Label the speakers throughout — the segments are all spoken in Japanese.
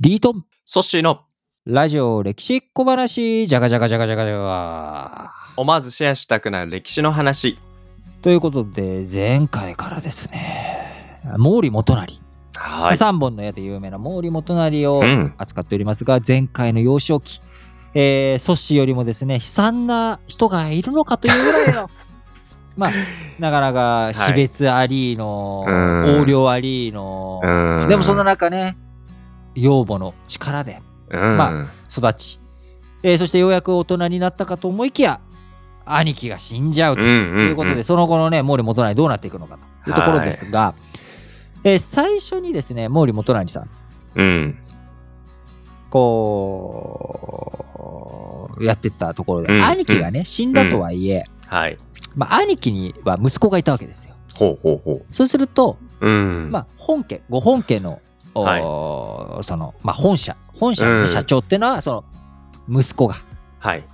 Speaker 1: リートン、
Speaker 2: ソッシーの
Speaker 1: ラジオ歴史小話、じゃがじゃがじゃがじゃがじゃが。
Speaker 2: 思わずシェアしたくなる歴史の話。
Speaker 1: ということで、前回からですね、毛利元就、
Speaker 2: は。
Speaker 1: 3本の矢で有名な毛利元就を
Speaker 2: うん。
Speaker 1: 扱っておりますが、前回の幼少期、えー、ソッシーよりもですね、悲惨な人がいるのかというぐらいの、 まあ、なかなか死別ありの、
Speaker 2: うん
Speaker 1: 横領ありの、
Speaker 2: うん。
Speaker 1: でもそんな、中ね、養母の力で、
Speaker 2: うん、
Speaker 1: ま育ち、えーそしてようやく大人になったかと思いきや兄貴が死んじゃう
Speaker 2: う
Speaker 1: と
Speaker 2: んうん、
Speaker 1: いうことで、その後のね毛利元就どうなっていくのかというところですが、えー最初にですね毛利元就さん
Speaker 2: うん。
Speaker 1: こうやってったところで、
Speaker 2: うん
Speaker 1: 兄貴がね死んだとはいえ、
Speaker 2: はい。
Speaker 1: まあ、兄貴には息子がいたわけですよ。
Speaker 2: ほうほうほ
Speaker 1: そうすると、
Speaker 2: う。うん。
Speaker 1: まあ、本家ご本家のおーその、まあ、本社本社のね
Speaker 2: うん
Speaker 1: 社長っていうのはその息子が
Speaker 2: はい。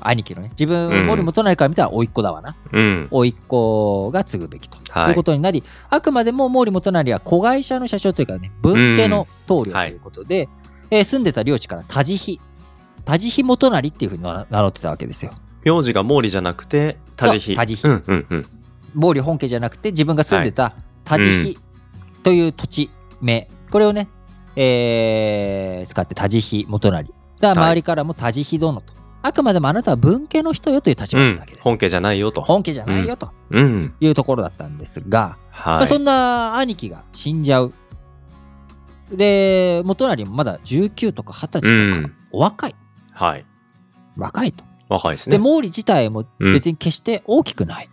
Speaker 1: 兄貴のね自
Speaker 2: う
Speaker 1: 分
Speaker 2: ん
Speaker 1: 森元就から見たら甥っ子だわな
Speaker 2: うん。
Speaker 1: 甥っ子が継ぐべきと,、
Speaker 2: はい
Speaker 1: い、うことになりあくまでも毛利元就は子会社の社長というかね分家の棟梁ということで、えー住んでた領地から田地比田地比元就っていうふうに名乗ってたわけですよ
Speaker 2: 名字が毛利じゃなくて、田地比。
Speaker 1: そう田地比
Speaker 2: うんうんうん。
Speaker 1: 毛利本家じゃなくて自分が住んでた田地
Speaker 2: は
Speaker 1: 比という土地名、これをね、えー使って田地比元就だから
Speaker 2: はい
Speaker 1: 周りからも田地比殿と、あくまでもあなたは分家の人よという立
Speaker 2: う
Speaker 1: 場だった
Speaker 2: ん
Speaker 1: わけで。す、
Speaker 2: 本家じゃないよと。
Speaker 1: 本家じゃないよと
Speaker 2: うん。
Speaker 1: いうところだったんですが、ま
Speaker 2: は
Speaker 1: あ、
Speaker 2: い。
Speaker 1: そんな兄貴が死んじゃう。で、元就もまだ19とか20歳と
Speaker 2: うん
Speaker 1: か、お若い、
Speaker 2: はい。
Speaker 1: 若いと。
Speaker 2: 若いです
Speaker 1: で、
Speaker 2: ね。
Speaker 1: 毛利自体も
Speaker 2: うん
Speaker 1: 別に決して大きくない、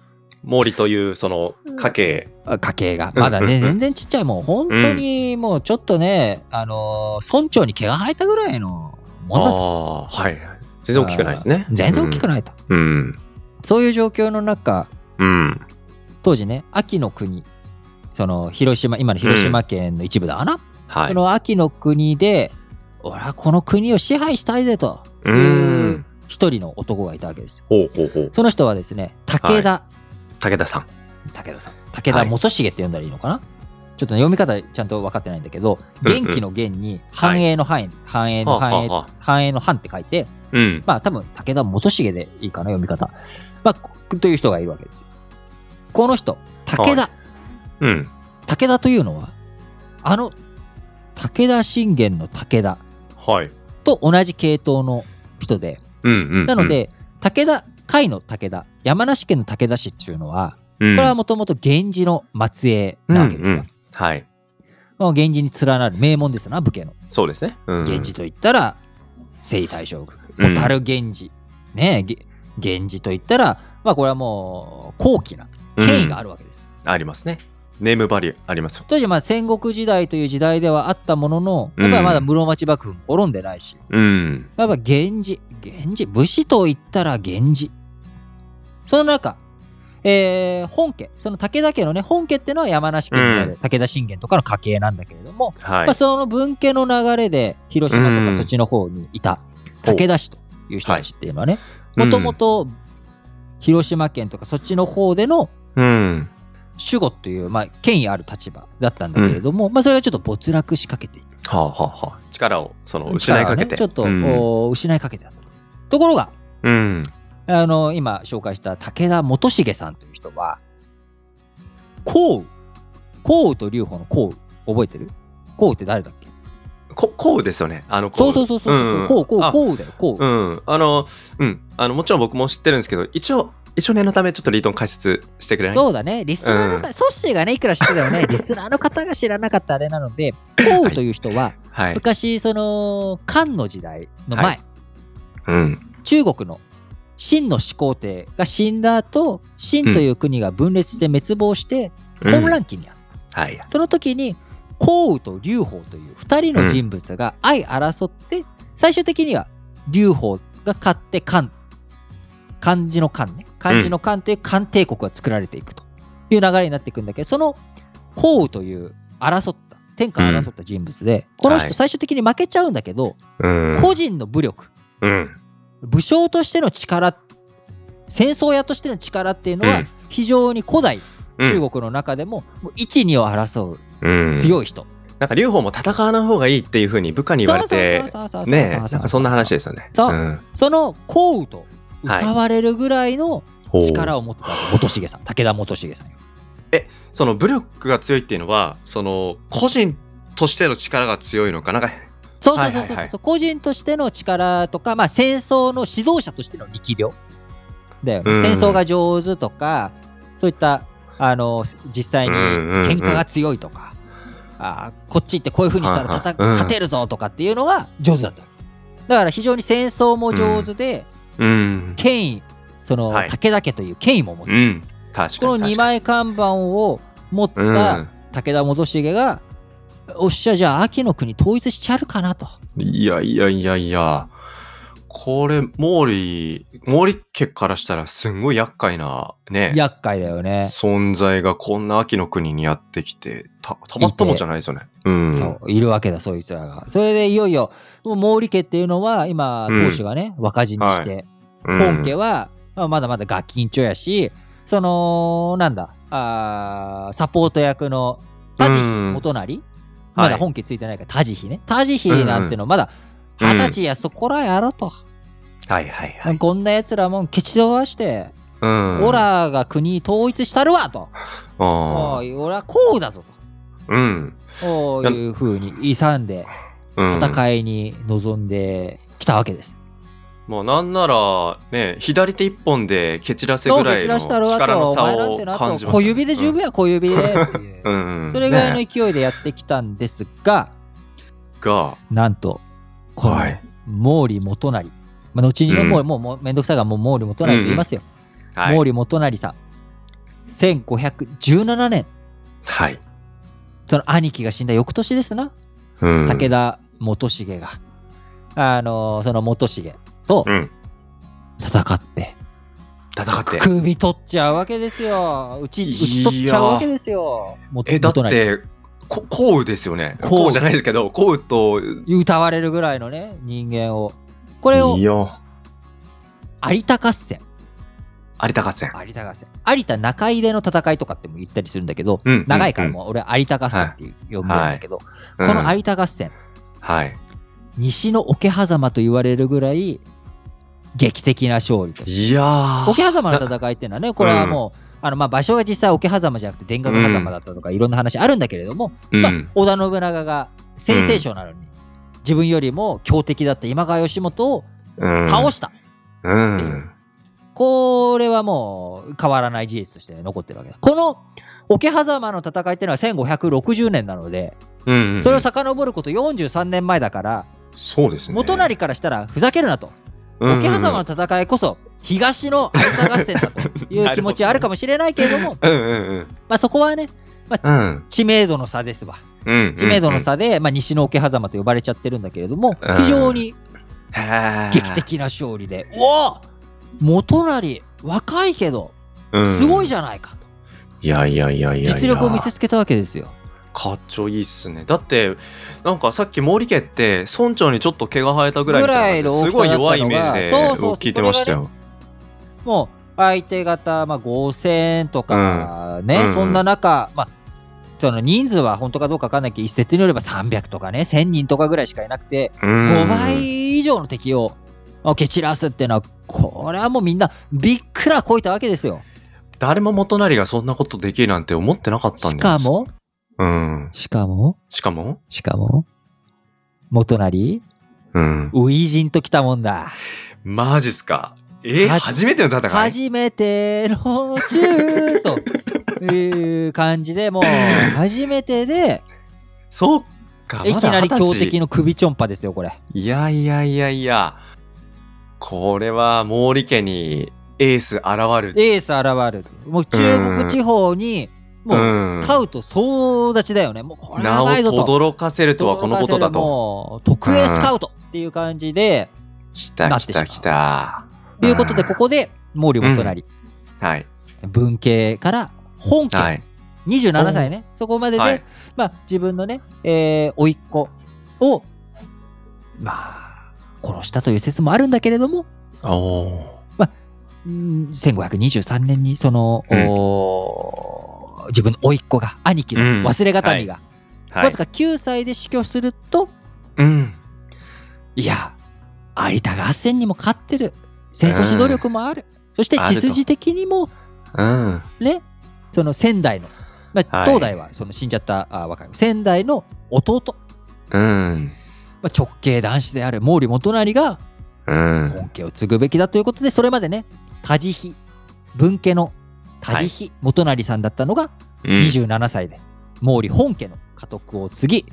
Speaker 2: 毛利という、その、家系。
Speaker 1: あ家系が。まだね、
Speaker 2: うんうんう
Speaker 1: 全
Speaker 2: ん
Speaker 1: 然ちっちゃい、もう本当にもうちょっとね、あのー村長に毛が生えたぐらいのもんだと。
Speaker 2: ああー、はい。全然大きくないですね。
Speaker 1: 全然大きくないと。
Speaker 2: い。うん。
Speaker 1: そういう状況の中、
Speaker 2: うん。
Speaker 1: 当時ね、秋の国、その広島、今の広島県の一部だわな。
Speaker 2: はい。。
Speaker 1: その秋の国で、俺はこの国を支配したいぜといううん一人の男がいたわけですよ。
Speaker 2: ほうほうほう。
Speaker 1: その人はですね、武田、
Speaker 2: 武田さん。
Speaker 1: 武田さん、武田元重って呼んだらいいのかな、ちょっとね、読み方ちゃんと分かってないんだけど、
Speaker 2: うんうん
Speaker 1: 元気の元に繁栄の繁栄、繁栄の
Speaker 2: はあ
Speaker 1: 繁栄
Speaker 2: はあはあ、
Speaker 1: 繁栄の繁って書いて、
Speaker 2: うん。
Speaker 1: まあ多分武田元重でいいかな、読み方。まあ、こという人がいるわけですよ。この人、武田、
Speaker 2: はうん。
Speaker 1: 武田というのは、あの武田信玄の武田
Speaker 2: はい。
Speaker 1: と同じ系統の人で、
Speaker 2: うんうん、うん。
Speaker 1: なの、で、武田、甲斐の武田、山梨県の武田市っていうのは、
Speaker 2: うん、
Speaker 1: これはもともと源氏の末裔なわけですよ。
Speaker 2: うんうんはい。
Speaker 1: まあ源氏に連なる名門ですな、武家の。
Speaker 2: そうですね。うん、
Speaker 1: 源氏といったら、征夷大将軍、
Speaker 2: うん
Speaker 1: 小樽源氏、ねえ、げ源氏といったら、まあこれはもう高貴な権威があ
Speaker 2: る、
Speaker 1: るわけです。
Speaker 2: ありますね。ネームバリューありますよ。
Speaker 1: 当時まあ戦国時代という時代ではあったものの、やっぱりまだ室町幕府も滅んでないし、
Speaker 2: うん。
Speaker 1: やっぱ源氏、源氏、武士と言ったら源氏。その中、えー本家、その武田家のね、本家ってのは山梨県にあ
Speaker 2: う
Speaker 1: る武田信玄とかの家系なんだけれども、
Speaker 2: はい。
Speaker 1: まあ、その分家の流れで広島と
Speaker 2: うん
Speaker 1: かそっちの方にいた武田氏という人たちっていうのはね
Speaker 2: うん
Speaker 1: もともと広島県とかそっちの方での
Speaker 2: うん。
Speaker 1: 守護という、まあ、権威ある立場だったんだけれども、まあ、それがちょっと没落しかけている
Speaker 2: はあ、はあはあ、力をその失いかけ
Speaker 1: 力
Speaker 2: て。
Speaker 1: をねちょっと、
Speaker 2: うん。
Speaker 1: お失いかけてあったところが
Speaker 2: うん、
Speaker 1: あの今紹介した武田元重さんという人は項羽項羽と劉邦の項羽覚えてる項羽って誰だっけ
Speaker 2: ここうですよね。あの、こ
Speaker 1: そうそうそうそうそう項羽項羽項羽だよ項
Speaker 2: う
Speaker 1: 羽
Speaker 2: ん。あの、うん。あの、もちろん僕も知ってるんですけど、一応、一応念のため、ちょっとリートン解説してくれない
Speaker 1: そうだね、リスナーの方、
Speaker 2: う
Speaker 1: ソッシーがね、いくら知ってても ね、リスナーの方が知らなかったあれなので、コウという人は、
Speaker 2: はい。
Speaker 1: 昔、その、漢の時代の前、
Speaker 2: はうん。
Speaker 1: 中国の秦の始皇帝が死んだ後、秦という国が分裂して滅亡して、
Speaker 2: うん
Speaker 1: 混乱期にあった。
Speaker 2: はい。
Speaker 1: その時に、コウと劉邦という2人の人物が相争って、最終的には劉邦が勝って漢、漢字の漢ね、漢字の漢という漢帝国が作られていくという流れになっていくんだけど、そのコウという争った、天下を争った人物で、この
Speaker 2: は
Speaker 1: 人
Speaker 2: い
Speaker 1: 最終的に負けちゃうんだけど、
Speaker 2: うん。
Speaker 1: 個人の武力、
Speaker 2: うん。
Speaker 1: 武将としての力、戦争屋としての力っていうの
Speaker 2: う
Speaker 1: は
Speaker 2: ん
Speaker 1: 非常に古代
Speaker 2: うん
Speaker 1: 中国の中でももう一二を争う
Speaker 2: うん。
Speaker 1: 強い人。
Speaker 2: なんか劉邦も戦わない方がいいっていうふうに部下に言われて
Speaker 1: そうそうそうそうそう
Speaker 2: ねえなんかそんな話ですよね。
Speaker 1: そう
Speaker 2: うん
Speaker 1: その降雨と歌われるぐらいの
Speaker 2: ほう
Speaker 1: 力を持ってた元重さん武田元重さんよ
Speaker 2: その武力が強いっていうのはその個人としての力が強いのかなんか
Speaker 1: そうそうそうそうそう、
Speaker 2: はいはいはい
Speaker 1: 個人としての力とか、まあ、戦争の指導者としての力量だよね、
Speaker 2: うん
Speaker 1: 戦争が上手とかそういったあの実際に
Speaker 2: うんうんうん
Speaker 1: 喧嘩が強いとか、あーこっち行ってこういうふうにしたら
Speaker 2: はいはい
Speaker 1: 戦
Speaker 2: うん
Speaker 1: 勝てるぞとかっていうのが上手だったわけだから非常に戦争も上手で、
Speaker 2: うん、
Speaker 1: 権威その、
Speaker 2: はい
Speaker 1: 武田家という権威も持って
Speaker 2: う
Speaker 1: る、
Speaker 2: ん、確か
Speaker 1: こ
Speaker 2: に
Speaker 1: の二枚看板を持っ
Speaker 2: 確かにうん
Speaker 1: た武田元重が、おっしゃじゃあ秋の国統一しちゃるかなと。
Speaker 2: いやいやいやいやこれ毛利毛利家からしたらすんごい厄介なね
Speaker 1: 厄介だよね。
Speaker 2: 存在がこんな秋の国にやってきてたたまったもんじゃないですよね。うん、
Speaker 1: そういるわけだそいつらがそれでいよいよもう毛利家っていうのは今
Speaker 2: うん
Speaker 1: 当主がね、若人にして、
Speaker 2: うん
Speaker 1: 本家はまあまだまだガキンチョやしそのなんだあーサポート役の田地
Speaker 2: うん
Speaker 1: お隣、まだ本家ついてないから田地比ね田地比なんてのまだ
Speaker 2: うん
Speaker 1: 二十歳やそこらやろと、
Speaker 2: はいはいはい。
Speaker 1: こんなやつらもん蹴散らして、
Speaker 2: うん
Speaker 1: オラが国統一したるわと、
Speaker 2: あ
Speaker 1: お
Speaker 2: ー
Speaker 1: い俺はこうだぞ
Speaker 2: うん
Speaker 1: とおいうふうに勇んで
Speaker 2: うん
Speaker 1: 戦いに臨んできたわけです。
Speaker 2: まあなんならね左手一本で蹴散らせ
Speaker 1: ど
Speaker 2: ぐ
Speaker 1: うから知
Speaker 2: い
Speaker 1: ら
Speaker 2: の
Speaker 1: したらわ
Speaker 2: 力
Speaker 1: け
Speaker 2: の
Speaker 1: お
Speaker 2: 差
Speaker 1: 前なん
Speaker 2: を
Speaker 1: てな
Speaker 2: 感
Speaker 1: と
Speaker 2: じますね
Speaker 1: 小指で十分や小指でっていう
Speaker 2: うんうん
Speaker 1: それぐらいの
Speaker 2: ね
Speaker 1: 勢いでやってきたんですが、
Speaker 2: が
Speaker 1: なんとこの
Speaker 2: はい
Speaker 1: 毛利元就、まあ、後にね、
Speaker 2: うん
Speaker 1: もうもうもうめんどくさいがもう毛利元就と言いますよ、
Speaker 2: はい
Speaker 1: 毛利元就さん1517年
Speaker 2: はい
Speaker 1: その兄貴が死んだ翌年ですな
Speaker 2: うん
Speaker 1: 武田元重が、あのーその元重と
Speaker 2: うん
Speaker 1: 戦って、
Speaker 2: 戦って
Speaker 1: 首取っちゃうわけですよ。うち、う
Speaker 2: いや
Speaker 1: ち取っちゃうわけですよ。もう
Speaker 2: えだっ、
Speaker 1: 元成
Speaker 2: てこ降雨ですよね
Speaker 1: 降雨
Speaker 2: 降雨じゃないですけど降雨と
Speaker 1: 歌われるぐらいのね、人間を。これを
Speaker 2: いや
Speaker 1: 有田合戦。
Speaker 2: 有田合戦
Speaker 1: 有田合戦。有田中井出の戦いとかっても言ったりするんだけど、
Speaker 2: うん
Speaker 1: 長いから
Speaker 2: うん
Speaker 1: もう俺有田合戦って呼んでるんだけど、
Speaker 2: うん
Speaker 1: この有田合戦、
Speaker 2: はい
Speaker 1: 西の桶狭間と言われるぐらい劇的な勝利と。
Speaker 2: いやー
Speaker 1: 桶狭間の戦いっていうのはね、これはもう、あのまあ場所が実際桶狭間じゃなくて田楽狭間だったとかいろんな話あるんだけれども、
Speaker 2: うん
Speaker 1: まあ、織田信長がセンセーショナルに、自分よりも強敵だった今川義元を
Speaker 2: うん
Speaker 1: 倒した、
Speaker 2: うん
Speaker 1: これはもう変わらない事実として残ってるわけだこの桶狭間の戦いっていうのは1560年なので、
Speaker 2: うん
Speaker 1: それを遡ること43年前だから、
Speaker 2: そうですね
Speaker 1: 元就からしたらふざけるなと、
Speaker 2: うん
Speaker 1: 桶狭間の戦いこそ東の有田合戦だとい
Speaker 2: なるほ
Speaker 1: う
Speaker 2: ど
Speaker 1: 気持ちはあるかもしれないけれども
Speaker 2: うんうんうん
Speaker 1: まあ、そこはね、まあ
Speaker 2: うん
Speaker 1: 知名度の差ですわ
Speaker 2: うん
Speaker 1: 知名度の差で、まあ、西の桶狭間と呼ばれちゃってるんだけれども
Speaker 2: うん
Speaker 1: 非常に劇
Speaker 2: 劇
Speaker 1: 的な勝利で、うわ元就若いけどすごいじゃないかと
Speaker 2: いやいやいやいやいや
Speaker 1: 実力を見せつけたわけですよ。
Speaker 2: かっちょいいっすねだってなんかさっき毛利家って村長にちょっと毛が生えたぐらいみたいな感じですごい弱いイメージで
Speaker 1: ぐらいの大きさだったのがそうそう
Speaker 2: 聞いてましたよ
Speaker 1: もう相手方、まあ、5000とかね、
Speaker 2: うんうん
Speaker 1: そんな中、まあ、その人数は本当かどうか分かんないけど一説によれば300とかね1000人とかぐらいしかいなくて5
Speaker 2: 5
Speaker 1: 倍以上の敵をあ蹴散らすっていうのはこれはもうみんなびっくらこいたわけですよ。
Speaker 2: 誰も元就がそんなことできるなんて思ってなかったん
Speaker 1: し
Speaker 2: で
Speaker 1: かも
Speaker 2: うん
Speaker 1: しかも
Speaker 2: しかも
Speaker 1: しかも元就
Speaker 2: うん
Speaker 1: 初陣ときたもんだ。
Speaker 2: マジっすかえー
Speaker 1: は
Speaker 2: 初めての戦い
Speaker 1: 初めての中という感じでもう初めてで
Speaker 2: そうか
Speaker 1: い
Speaker 2: ま
Speaker 1: き
Speaker 2: だ
Speaker 1: なり
Speaker 2: 二十
Speaker 1: 強
Speaker 2: 歳
Speaker 1: 敵の首ちょんぱですよこれ。
Speaker 2: いやいやいやいやこれは毛利家にエース現る
Speaker 1: エース現る。もう中国地方にもうスカウト総立ちだよね。もうこれ
Speaker 2: 名
Speaker 1: は
Speaker 2: を
Speaker 1: ないぞと。
Speaker 2: 轟かせるとはこのことだと
Speaker 1: もう特営スカウトっていう感じで、
Speaker 2: き
Speaker 1: な
Speaker 2: た
Speaker 1: っ
Speaker 2: き
Speaker 1: てしまう
Speaker 2: たきた
Speaker 1: ということでここで毛利元就、
Speaker 2: はい
Speaker 1: 文系から本家、
Speaker 2: はい
Speaker 1: 27歳ねそこまでで、
Speaker 2: はい
Speaker 1: まあ、自分のねえー甥、っ子を
Speaker 2: ま
Speaker 1: 殺したという説もあるんだけれども
Speaker 2: あお
Speaker 1: うん1523年にその、
Speaker 2: うん
Speaker 1: おー自分の甥っ子が兄貴の忘れ形見が、
Speaker 2: はい
Speaker 1: わずか9歳で死去すると
Speaker 2: うん。
Speaker 1: いや有田合戦にも勝ってる戦争指導力もある、そして
Speaker 2: あると
Speaker 1: 血筋的にも
Speaker 2: うん。
Speaker 1: ねその仙台の、まあ、
Speaker 2: はい
Speaker 1: 東大はその死んじゃった、あ若い仙台の弟、
Speaker 2: うん。
Speaker 1: まあ、直系男子である毛利元就が
Speaker 2: うん。
Speaker 1: 本家を継ぐべきだということでそれまでね多治比分家の多治比元就さんだったのが27歳で毛利本家の家督を継ぎ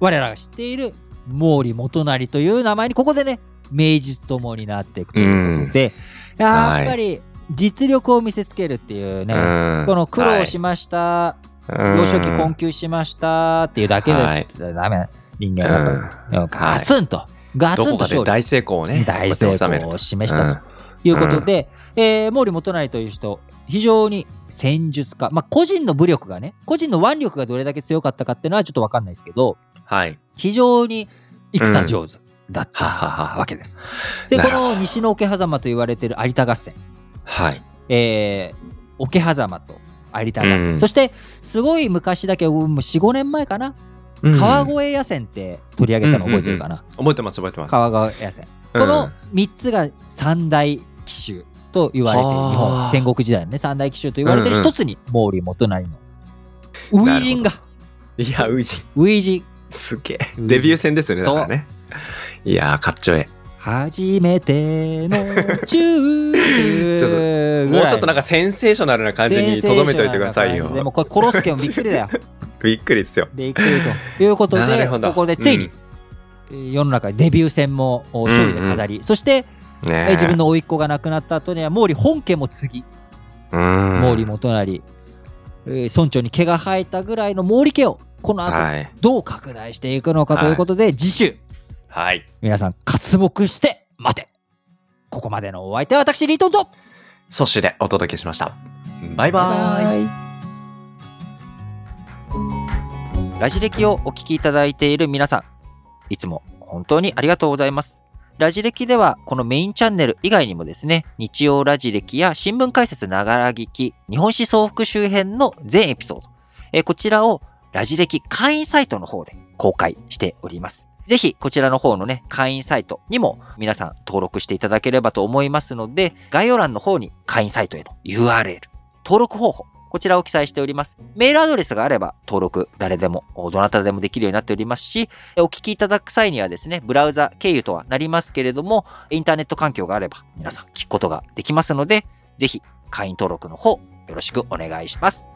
Speaker 1: 我らが知っている毛利元就という名前にここでね名実ともになっていくということで、やっぱり実力を見せつけるっていうね、
Speaker 2: うん
Speaker 1: この苦労しました、
Speaker 2: はい
Speaker 1: 幼少期困窮しましたっていうだけで
Speaker 2: はい
Speaker 1: ダメ、人
Speaker 2: う
Speaker 1: 間
Speaker 2: ん
Speaker 1: はやっぱり
Speaker 2: うん
Speaker 1: ガツンと、ガ
Speaker 2: ど
Speaker 1: ツン
Speaker 2: ことか
Speaker 1: 勝
Speaker 2: で
Speaker 1: 利
Speaker 2: 大成功をね、
Speaker 1: 大成
Speaker 2: 収める
Speaker 1: 功
Speaker 2: と
Speaker 1: を示したということで、えー毛利元就という人非常に戦術家、まあ、個人の武力がね個人の腕力がどれだけ強かったかっていうのはちょっと分かんないですけど
Speaker 2: うんはい。
Speaker 1: 非常に戦上手だったわけです。で
Speaker 2: な
Speaker 1: こ
Speaker 2: るほど
Speaker 1: の西の桶狭間と言われている有田合戦、
Speaker 2: はい。
Speaker 1: えー桶狭間と有田合戦、
Speaker 2: うん
Speaker 1: そしてすごい昔だけどもう45年前かな、
Speaker 2: うん
Speaker 1: 川越野戦って取り上げたの覚えてるかな、
Speaker 2: 覚えてます、覚えてます。
Speaker 1: 川越野戦。
Speaker 2: うん
Speaker 1: この3つが三大奇襲と言われてる
Speaker 2: はあ
Speaker 1: 日本戦国時代のね三大奇襲と言われてる
Speaker 2: うんうん
Speaker 1: 一つに毛利元就の初陣が
Speaker 2: いや、ウイジン、
Speaker 1: 初陣
Speaker 2: すげえ。
Speaker 1: うん
Speaker 2: デビュー戦ですよね、だからね。いやー、かっちょえ
Speaker 1: 初めての中ってい
Speaker 2: え。
Speaker 1: う
Speaker 2: もうちょっとなんかセンセーショナルな感じにとどめといてください
Speaker 1: で
Speaker 2: よ。
Speaker 1: もうこれコロスケもびっくりだよ
Speaker 2: びっくりですよ。
Speaker 1: びっくりということ
Speaker 2: な
Speaker 1: で
Speaker 2: るほど
Speaker 1: ここでついに世の中にデビュー戦も勝利で飾り、そして
Speaker 2: ねえ
Speaker 1: 自分の甥っ子が亡くなった後には毛利本家も次
Speaker 2: うん
Speaker 1: 毛利元就、えー村長に毛が生えたぐらいの毛利家をこの後
Speaker 2: はい。
Speaker 1: どう拡大していくのかということで、次週
Speaker 2: はい。
Speaker 1: 皆さん活目して待てここまでのお相手は私リートンと
Speaker 2: そしでお届けしました。バイバーイ。
Speaker 1: ラジ歴をお聞きいただいている皆さん、いつも本当にありがとうございます。ラジ歴ではこのメインチャンネル以外にもですね、日曜ラジ歴や新聞解説ながら聞き、日本史総復周辺の全エピソード、えーこちらをラジ歴会員サイトの方で公開しております。ぜひこちらの方のね、会員サイトにも皆さん登録していただければと思いますので、概要欄の方に会員サイトへの URL、登録方法、こちらを記載しております。メールアドレスがあれば登録誰でも、おどなたでもできるようになっておりますし、お聞きいただく際にはですね、ブラウザ経由とはなりますけれども、インターネット環境があれば皆さん聞くことができますので、ぜひ会員登録の方よろしくお願いします。